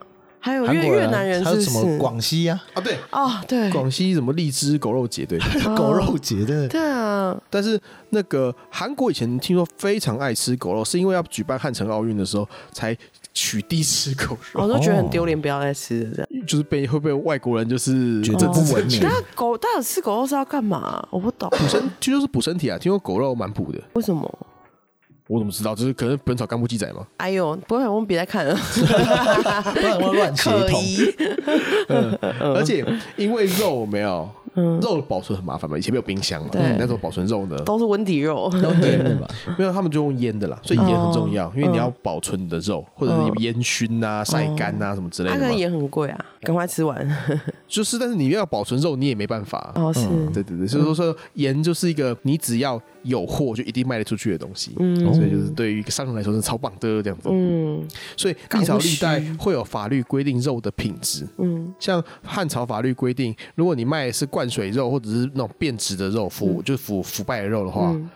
C: 还有
A: 韩
C: 越
A: 国人
C: 越
A: 啊
C: 南人
A: 还
C: 是哦
A: 有
C: 不
A: 什么
C: 是？
A: 广西啊， [laughs]
B: 啊，对，
C: 哦，对，
B: 广西什么荔枝狗肉节对，
A: 狗肉节的
C: 对啊，
B: 但是那个韩国以前听说非常爱吃狗肉，是因为要举办汉城奥运的时候才取缔吃狗
C: 我
B: 肉， [laughs]
C: 都觉得很丢脸，不要再吃了这样。
A: 哦
B: 就是被会被外国人就是哦
A: 觉得
B: 政治
A: 不文明
B: 正确
C: 那狗，但有吃狗肉是要干嘛？我不
A: [laughs]
C: 懂，
B: 补身这就是补身体啊，听说狗肉蛮补的，
C: 为什么？
B: 我怎么知道？就是可能《本草纲目》记载嘛。
C: 哎呦，不会很问别再
A: [laughs]
C: 看了，
A: 不然会乱协
C: [laughs] 可
A: 同。
C: 疑。
A: 嗯
B: 而且因为肉没有，
C: 嗯，
B: 肉的保存很麻烦嘛，以前没有冰箱嘛，
C: 对
B: 那时候保存肉呢，
C: 都是温底
A: [laughs]
C: 肉，
A: 都腌的吧？哦
B: 没有他们就用腌的啦，所以盐很重要，因为你要保存你的肉，或
A: 嗯
B: 者是烟熏啊、晒干
A: 哦
B: 啊什么之类
C: 那
B: 的
C: 个
B: 嘛。
C: 也很贵啊，赶快吃完。
B: 就是，但是你要保存肉，你也没办法。啊
A: 嗯
C: 哦，是，
B: 对对对，所以说说盐就是一个你只要有货就一定卖得出去的东西，
A: 嗯哦
B: 所以就是对于一个商人来说是超棒的这样子。
C: 嗯
B: 所以历朝历代
C: 刚需
B: 会有法律规定肉的品质，
C: 嗯
B: 像汉朝法律规定，如果你卖的是灌水肉或者是那种变质的肉，腐、就是腐腐败的肉的话，
C: 嗯，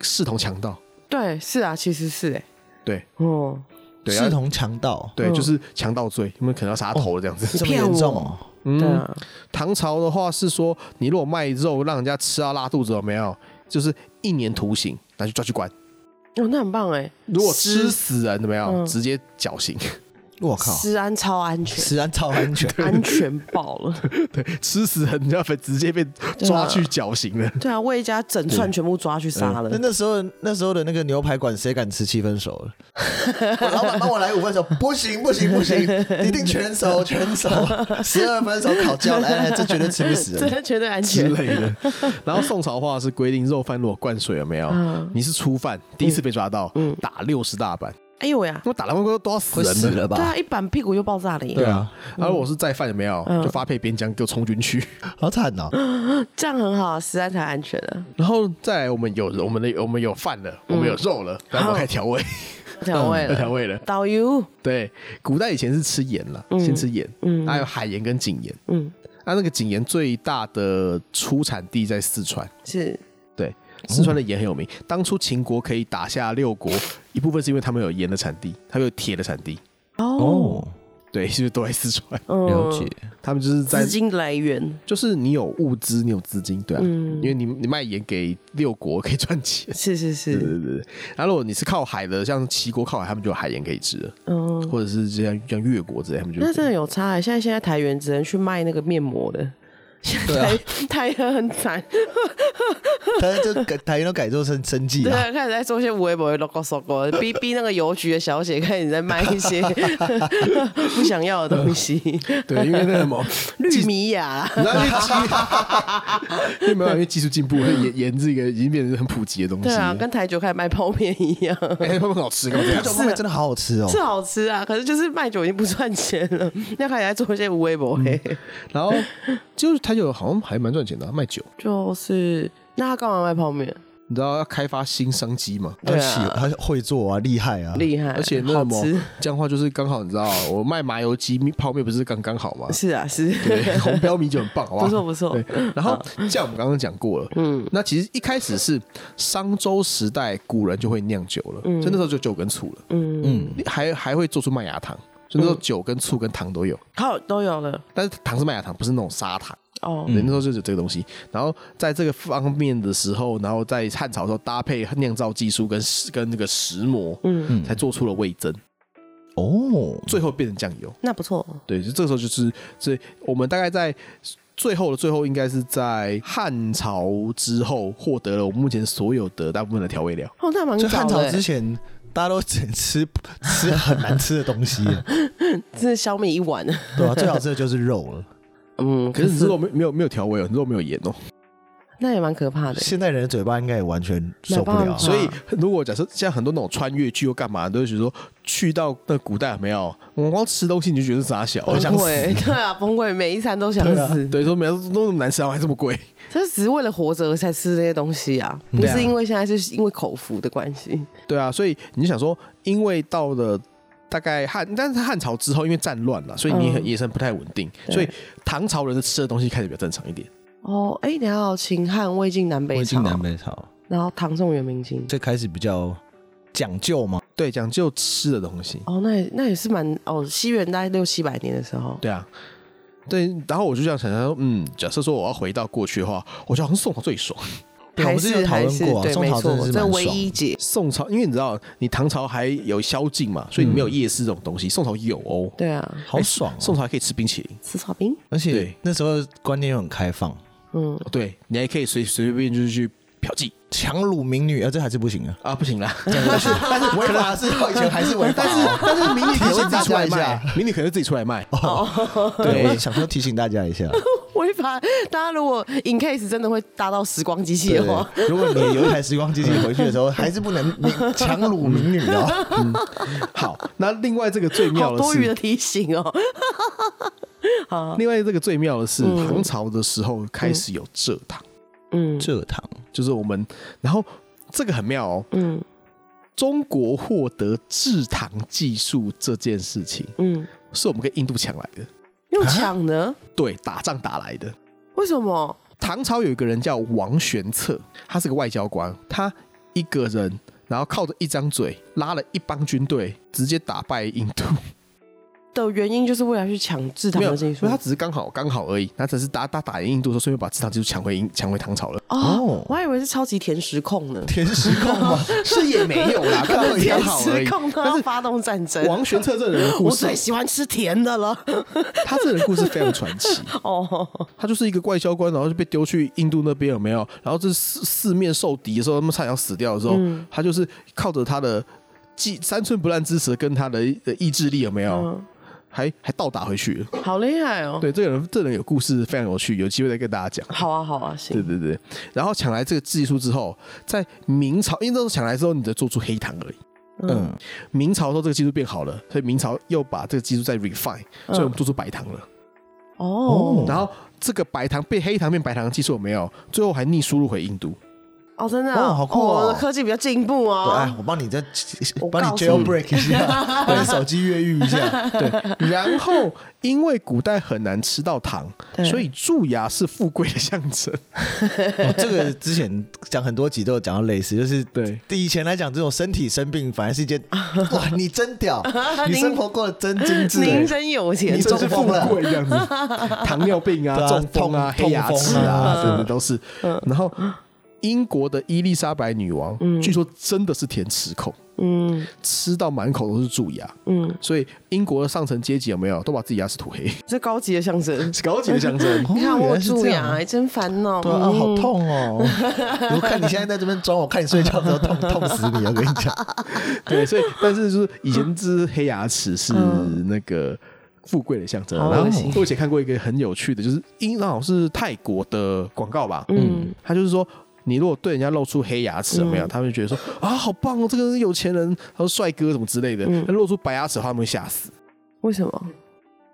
B: 视同强盗。
C: 对，是啊，其实是哎，
B: 对
A: 嗯
C: 哦，
B: 对，
A: 视
B: 啊
A: 同强盗，
B: 对，
C: 嗯
B: 就是强盗罪，你们可能要杀头这样子。
A: 这么
C: 骗
A: 严重
C: 我
A: 哦？
C: 对
B: 嗯，
C: 啊，
B: 唐朝的话是说，你如果卖肉让人家吃到拉肚子，有没有？就是一年徒刑，拿去抓去关。
C: 哦，那很棒哎，
B: 如果吃死人，有没有？
C: 嗯
B: 直接绞刑。 [laughs]
A: 我靠，
C: 食安超安
A: [laughs]
C: 全，
A: 食安超安
C: [laughs]
A: 全，
C: 安全
A: [laughs]
C: 爆了。
B: 对，吃死人，你要被直接被抓去绞刑了。
C: 对啊，魏家整串全部抓去杀了
A: 那。 [laughs] 那时候那时候的那个牛排馆，谁敢吃七分熟了？我老板帮我来五分熟，不行不行不行，一定全熟全熟，十二分熟烤焦，来来，这绝对吃不死
C: [laughs] 真
A: 人。
C: 的绝对安
B: 之
C: 全，
B: 类的。然后宋朝话是规定，肉贩如果灌水有没有，你是初犯，第一次被抓到，打六十大板，
C: 哎呦呀，
B: 那么打了会都要死
A: 会死
B: 人的。
A: 了
C: 对
A: 吧
C: 啊，？一板屁股就爆炸了耶，
B: 对啊，然后我是再犯有没有，就发配边疆，给我充军区。
A: 好惨哦！
C: 这样很好，食安才安全啊。
A: 嗯
B: 然后再来，我们有我们的我们有饭了，我们有肉了，然后我们开始调味，
C: 调味
B: 要调
C: 了，
B: 味了。
C: 导游，
B: 对，古代以前是吃盐了，先吃盐，
C: 嗯
B: 还有海盐跟井盐。
C: 嗯，
B: 那那个井盐最大的出产地在四川。
C: 是
B: 对，
C: 哦
B: 四川的盐很有名。当初秦国可以打下六国，一部分是因为他们有盐的产地，他们有铁的产地，
C: 哦，，
B: 对，就是都在四川。
C: 嗯
A: 了解，
B: 他们就是在
C: 资，金来源
B: 就是你有物资，你有资金，对啊，
C: 嗯
B: 因为你你卖盐给六国可以赚钱。 [laughs]
C: 是是
B: 对对
C: 是，
B: 对，对然后如果你是靠海的，像齐国靠海，他们就有海盐可以吃了，
C: 嗯，
B: 或者是像像越国之类，他们就
C: 那真的有差欸。现在现在台元只能去卖那个面膜的，现
A: 对啊啊
C: 在台台元很惨，
A: 但是这改台湾都改做生生计
C: 对
A: 啊，
C: 啊，开始在做一些微博、logo、s o g 逼逼那个邮局的小姐开始在卖
A: [laughs]
C: 一些不想要的东西，
A: 嗯
B: 对，因为那什么
C: [laughs] 绿米雅啦，
B: 然后因为技，因为没有，因为技术进步，所以盐盐这个已经变成很普及的东西
C: 对啊，
B: 了。
C: 跟台酒开始卖泡面一样。
B: 哎、会不会很好吃？干嘛这样
C: [laughs]
A: 这？种泡面真的好好吃哦。
C: 是好吃啊，可是就是卖酒已经不赚钱了， [laughs] 要开始在做一些无微博黑，
B: 然后就是他就好像还蛮赚钱的啊、卖酒。
C: 就是那他干嘛卖泡面？
B: 你知道要开发新商机嘛？
A: 他
C: 对
A: 喜
C: 啊
A: 他会做啊，厉害啊，
C: 厉害，
B: 而且那
C: 好
B: 什么
C: 吃，
B: 这样的话就是刚好，你知道，我卖麻油鸡泡面不是刚刚好
C: [laughs]
B: 吗？
C: 是啊是，
B: 对，红标米酒很棒，好不好？
C: 不错不错
B: 对，然后这样我们刚刚讲过了，嗯，那其实一开始是商周时代古人就会酿酒了，所以那时候就酒跟醋了，
C: 嗯，
A: 嗯，
B: 还还会做出麦芽糖，所以那时候酒跟醋跟糖都有，
C: 好都有了
B: 但是糖是麦芽糖，不是那种砂糖。
C: 哦，
B: 对，那时候就有这个东西。然后在这个方面的时候，然后在汉朝的时候搭配酿造技术跟石跟那个石磨，
C: 嗯，
B: 才做出了味增，
A: 哦，
B: 最后变成酱油。
C: 那不错，
B: 对，就这个时候就是，所以我们大概在最后的最后，应该是在汉朝之后获得了我们目前所有的大部分的调味料。
C: 哦，那蛮
A: 就
C: 早
A: 汉朝
C: 的
A: 之
C: 欸，
A: 前，大家都只能吃吃很难吃的东西，
C: 这是小米一碗，
A: 对吧、最好吃的就是肉了。
C: 嗯，
B: 可是你肉没没有没有调味哦，你肉没有盐哦，
C: 那也蛮可怕的欸，
A: 现代人的嘴巴应该也完全受不
C: 没
A: 了
C: 办法，
B: 所以如果假设像很多那种穿越剧又干嘛，都会觉得说去到那古代有没有，我光吃东西你就觉得是傻小，
A: 我
C: 崩
A: 想死
C: 溃， [laughs] 对啊，崩溃，每一餐都想
A: 对啊
C: 死，
B: 哦对，说每次都那么难吃，然后还这么贵。 [laughs]
C: 这只是为了活着才吃这些东西啊，不
B: 对啊
C: 是因为现在是因为口福的关系，
B: 对啊，所以你想说，因为到了大概汉，但是汉朝之后因为战乱了，所以你很
C: 嗯
B: 也是不太稳定，
C: 对
B: 所以唐朝人的吃的东西开始比较正常一点。
C: 哦，哎，你要秦汉、魏晋南北
A: 魏
C: 朝
A: 晋，南北朝
C: 然后唐宋元明清，
A: 最开始比较讲究嘛，
B: 对，讲究吃的东西。
C: 哦，那也那也是蛮哦，西元大概六七百年的时候，
B: 对啊，对。然后我就这样想想说，嗯，假设说我要回到过去的话，我觉得好像宋朝最爽。
A: 对我
C: 还
A: 们之前
C: 是
A: 有讨
C: 还
A: 论
C: 是
A: 过啊
C: 对，
A: 宋
C: 没
A: 朝真的
C: 错，
A: 是
C: 这
A: 蛮
C: 唯
A: 爽
C: 一解
B: 宋朝，因为你知道，你唐朝还有宵禁嘛，所以你没有夜市这种东西。宋朝有哦，
C: 嗯对啊，
A: 好爽、
B: 宋
A: 哦。
B: 朝还可以吃冰淇淋，
C: 吃炒 [laughs] 冰，
A: 而且
B: 对
A: 那时候观念又很开放，
C: 嗯，
B: 对你还可以随随便便就是去嫖妓
A: 强掳民女，啊，这还是不行啊。
B: 啊，不行
C: [laughs]
B: 啦。
A: [laughs] 但是但是违法是以前还是违法、哦，
B: 但是民女可能会自己出
A: 提醒
B: 来
A: 大家一
B: 卖，民哦女可能会自己出来卖。 [laughs]
A: 但是对，我想说提醒大家
C: [laughs]
A: 一下，
C: 违法。大家如果 in case 真的会搭到时光机器
A: 对
C: 的话，，
A: 如果你有一台时光机器回去的时候，还是不能民强掳民女 [laughs] 哦。
B: 好，那另外这个最妙
C: 好
B: 的
C: 多余
B: 是
C: 的，提醒哦。
B: 另外这个最妙的是，唐朝的时候开始有蔗糖，
C: 嗯
A: 蔗糖
B: 就是我们，然后这个很妙哦，
C: 嗯
B: 中国获得制糖技术这件事情，
C: 嗯，
B: 是我们跟印度抢来的，
C: 用抢呢？
B: 对，打仗打来的。
C: 为什么？
B: 唐朝有一个人叫王玄策，他是个外交官，他一个人，然后靠着一张嘴，拉了一帮军队，直接打败印度。
C: 的原因就是为了去抢制糖
B: 没有，
C: 的
B: 所
C: 技
B: 以
C: 术
B: 他只是刚好刚好而已，他只是打打打赢印度的时候，顺便把制糖技术抢回英抢回唐朝
C: [laughs]
B: 了。
C: 哦
A: 哦，
C: 我还以为是超级甜食控
A: [laughs]
C: 呢，
A: 甜食控
C: [laughs]
A: 吗？
B: 是也没有啦，刚好
C: 甜
B: 刚好而
C: 食
B: 已。
C: 控他
B: 但
C: 要
B: 是
C: 发动战争。
B: 王玄策这个人的故
C: 我
B: 事
C: 最，喜欢吃甜的了。
B: 他这个人故事非常传
C: [laughs]
B: 奇。
C: 哦，
B: 他就是一个外交官，然后就被丢去印度那边有没有？然后这四四面受敌的时候，他们差点要死掉的时候，
C: 嗯
B: 他就是靠着他的技三寸不烂之舌跟他的的意志力有没有？
C: 嗯
B: 还还倒打回去了。
C: 好厉害哦。
B: 对，这个人这个人有故事，非常有趣，有机会再跟大家讲。
C: 好啊，好啊，
B: 对
C: 行。
B: 对对，然后抢来这个技术之后，在明朝，因为那时候抢来之后，你只做出黑糖而已。
A: 嗯，
B: 明朝的时候，这个技术变好了，所以明朝又把这个技术再 refine，所以我们做出白糖了。
C: 嗯哦
A: 嗯
B: 然后这个白糖变黑糖变白糖的技术有没有？最后还逆输入回印度。
C: 哦，真的
A: 哦好酷哦
C: 我的科技比较进步
A: 对，
C: 哦
A: 哎。，我帮你再
C: 我
A: 帮你
C: 告诉你
A: jailbreak 一下，帮你手机越狱一
B: [laughs]
A: 下。对，
C: [laughs]
B: 然后因为古代很难吃到糖，
C: 对
B: 所以蛀牙是富贵的象征。
A: 哦这个之前讲很多集都有讲到类似，就是
B: 对
A: 以前来讲，这种身体生病反而是一件哇，你真屌，你
C: 您
A: 生活过得真精致，
C: 您真有钱
A: 哎你，
B: 这
A: 中
B: 是富
A: 风了
B: 贵这
A: [laughs]
B: 样子，糖尿病
A: 对
B: 啊、
A: 啊
B: 中风啊、
A: 痛
B: 黑牙齿
A: 痛风啊嗯
B: 啊，什么的都是。然后英国的伊丽莎白女王，据说真的是甜食控，
C: 嗯
B: 吃到满口都是蛀牙，
C: 嗯，
B: 所以英国的上层阶级有没有都把自己牙齿
A: [laughs]
B: 涂黑，
C: 这高级的象征。
B: 是高级的象征。
A: 哦
C: 你看
A: 原
C: 我
A: 来是
C: 蛀
A: 这
C: 牙，
A: 样啊
C: 还真烦恼。
A: 对啊，啊好
C: 嗯。
A: 痛哦！我看你现在在这边装，我看你睡觉的时候痛痛死你，我跟你讲，
B: [laughs] 对，所以但是就是以前只黑牙齿是那个富贵的象征。
A: 哦
C: 好恶
B: 然后
C: 心
B: 我以前看过一个很有趣的，就是因好像是泰国的广告吧，
C: 嗯，
B: 他就是说。你如果对人家露出黑牙齿有没有？他们就觉得说啊，好棒哦，这个人是有钱人，他说帅哥什么之类的。那露出白牙齿的话，他们会吓死。
C: 为什么？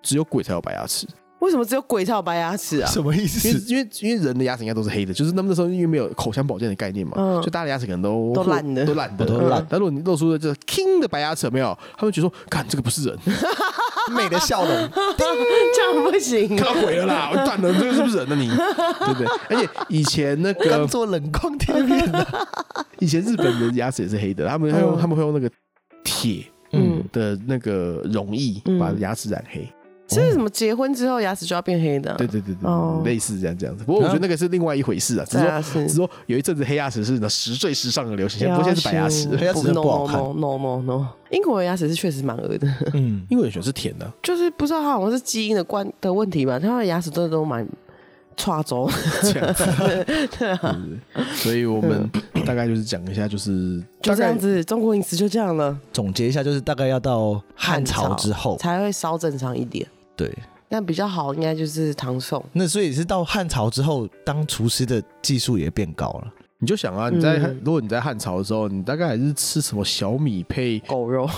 B: 只有鬼才有白牙齿，
C: 为什么只有鬼才有白牙齿啊？
A: 什么意
B: 因为
A: 思？
B: 因为因为人的牙齿应该都是黑的，就是他们那时候因为没有口腔保健的概念嘛，
C: 嗯
B: 就大家的牙齿可能都
C: 都烂的
B: 都烂的，
A: 都烂
B: 嗯但如果你露出的这 king 的白牙齿有没有，他们觉得说，看这个不是人，
A: 美的笑 [laughs] 容，啊
C: 这样不行
B: 看。到鬼了啦， [laughs] 完蛋了，这个是不是人呢、啊你对不对？而且以前那
A: [laughs] 刚
B: 个
A: 做冷光贴面的，
B: 以前日本人牙齿也是黑的，他们会用、他们会用那个铁
C: 嗯，
B: 的那个溶液
C: 嗯
B: 把牙齿染黑，
C: 所以什么结婚之后牙齿就要变黑的啊？
B: 对对对对，
C: 哦
B: 类似这样这样子。不过我觉得那个是另外一回事啊，只是
C: 对啊
B: 说
C: 是
B: 只是说有一阵子黑牙齿是呢时最时尚的流行，现在不过现在是白牙齿
C: 要。
A: 黑牙齿真的不好看
C: No no no no no，英国人牙齿是确实蛮恶的， [laughs]
A: 嗯，
B: [laughs] 因为有些是甜的，
C: 就是不知道他好像是基因的关的问题吧，他们的牙齿真的都蛮差轴。
B: 这
C: [laughs]
B: 样子，
C: 啊
B: 对所以我们大概就是讲一下，就是
C: 嗯就
B: 大
C: 这
B: 概
C: 样子，中国饮食就这样了，
A: 总结一下，就是大概要到汉朝之后，
C: 才会稍正常一点。
A: 对，
C: 但比较好应该就是唐宋，
A: 那所以是到汉朝之后，当厨师的技术也变高了。
B: 你就想啊，你在
C: 嗯
B: 如果你在汉朝的时候，你大概还是吃什么小米配，
C: 狗肉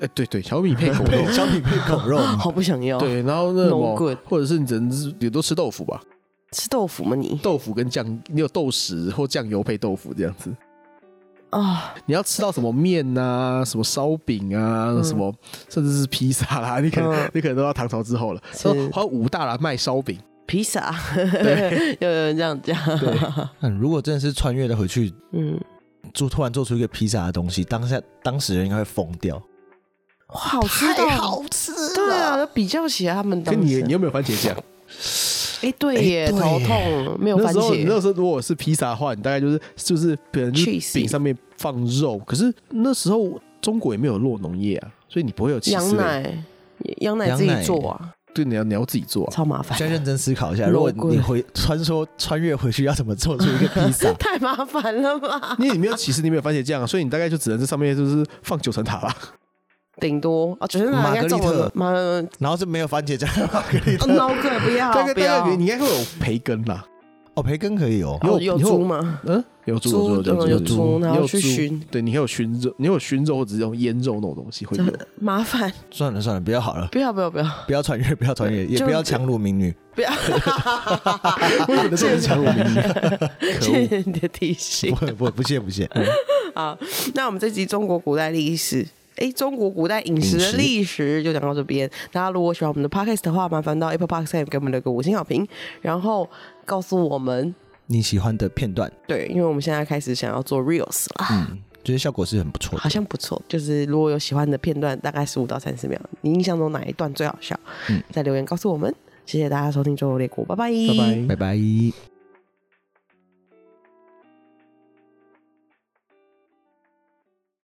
B: 哎，对对，小
C: [laughs]
B: 米配
C: 哦
B: 狗肉
A: 对，， [laughs] 小米配狗肉嘛，
C: 好不想要。，
B: 嗯对，然后那什
C: No
B: 么
C: good，
B: 或者是你只能是也都吃豆腐吧，
C: 吃豆腐吗你？
B: 豆腐跟酱，你有豆豉或酱油配豆腐这样子。
C: 啊，
B: 你要吃到什么面啊，什么烧饼啊，
C: 嗯
B: 什么甚至是披萨啦， [laughs] 你可能、
C: 嗯
B: 你可能都要唐朝之后了。
C: 是
B: 说还有武大啦卖烧饼，
C: 披萨，
B: 对
C: [laughs] 有人这样讲。
B: 对，
A: 嗯，如果真的是穿越了回去，
C: 嗯，
A: 做突然做出一个披萨的东西，当下当时人应该会疯掉。
C: 哇，好吃到。
A: 吃
C: 对啊，比较起来他们当
B: 跟你
C: 时
B: 你，有没有番茄酱？
C: 哎，对
A: 哎
C: 耶，
A: 对
C: 头
A: 耶
C: 痛，没有
B: 那
C: 番
B: 时候你那
C: 茄，
B: 时候如果是披萨的话，你大概就是就是可能就是
C: Cheesy
B: 饼上面放肉，可是那时候中国也没有落农业啊，所以你不会有起司
C: 羊
B: 味，
C: 奶，羊奶
A: 羊
C: 自己
A: 奶
C: 做啊，
B: 对，你要你要自己做啊。
C: 超麻烦
A: 现，在认真思考一下，
C: 肉
A: 如果
C: 桂？
A: 你回穿梭穿越回去，要怎么做出一个披萨 [laughs]
C: 太麻烦了吧？
B: 因为你没有起司，你没有番茄酱啊，所以你大概就只能在上面就是放九层塔啦。
C: 顶多啊，九千
A: 玛
C: 塔应该
A: 格丽
C: 中了
A: 特
C: 吧，玛呃
B: [laughs]
C: 格丽特
A: 然后是没有番茄酱的玛格 [laughs] 丽
C: 哦
A: 特。
C: ，no good，不要
B: 大概
C: 不
B: 大
C: 要
B: 概，你应该会有培根啦，
A: 哦，培根可以哦。
B: 有
C: 有有
B: 有
C: 猪吗？
B: 嗯，有猪
C: 猪
B: 有猪
C: 有
B: 猪
C: 猪然后
B: 有
C: 去
B: 猪
C: 熏
B: 对你还有熏肉，你有熏肉或者是用腌肉那种东西会有。
C: 麻烦，
A: 算了算了，不要好了，
C: 不要不要不要
A: 不要穿越，不要穿越，也
C: 就
A: 不要强掳民女。
C: 不要！
B: 为什么这么强我名义？可
C: 谢
B: 恶！
C: 谢你的提
B: [laughs]
C: 醒。
A: 不不不谢不 [laughs] 谢。
C: 好，那我们这集中国古代历史。哎，中国古代饮食的历史就讲到这边。大家如果喜欢我们的 podcast 的话，麻烦到 Apple Podcast 给我们留个五星好评，然后告诉我们。
A: 你喜欢的片段，
C: 对，因为我们现在开始想要做 reels 了，
A: 嗯，觉得效果是很不错
C: 好
A: 的。
C: 像不错。就是如果有喜欢的片段，大概十五到三十秒，你印象中哪一段最好笑？
A: 嗯
C: 在留言告诉我们。谢谢大家收听《中国列国》，拜拜，
A: 拜
B: 拜拜。
A: 拜。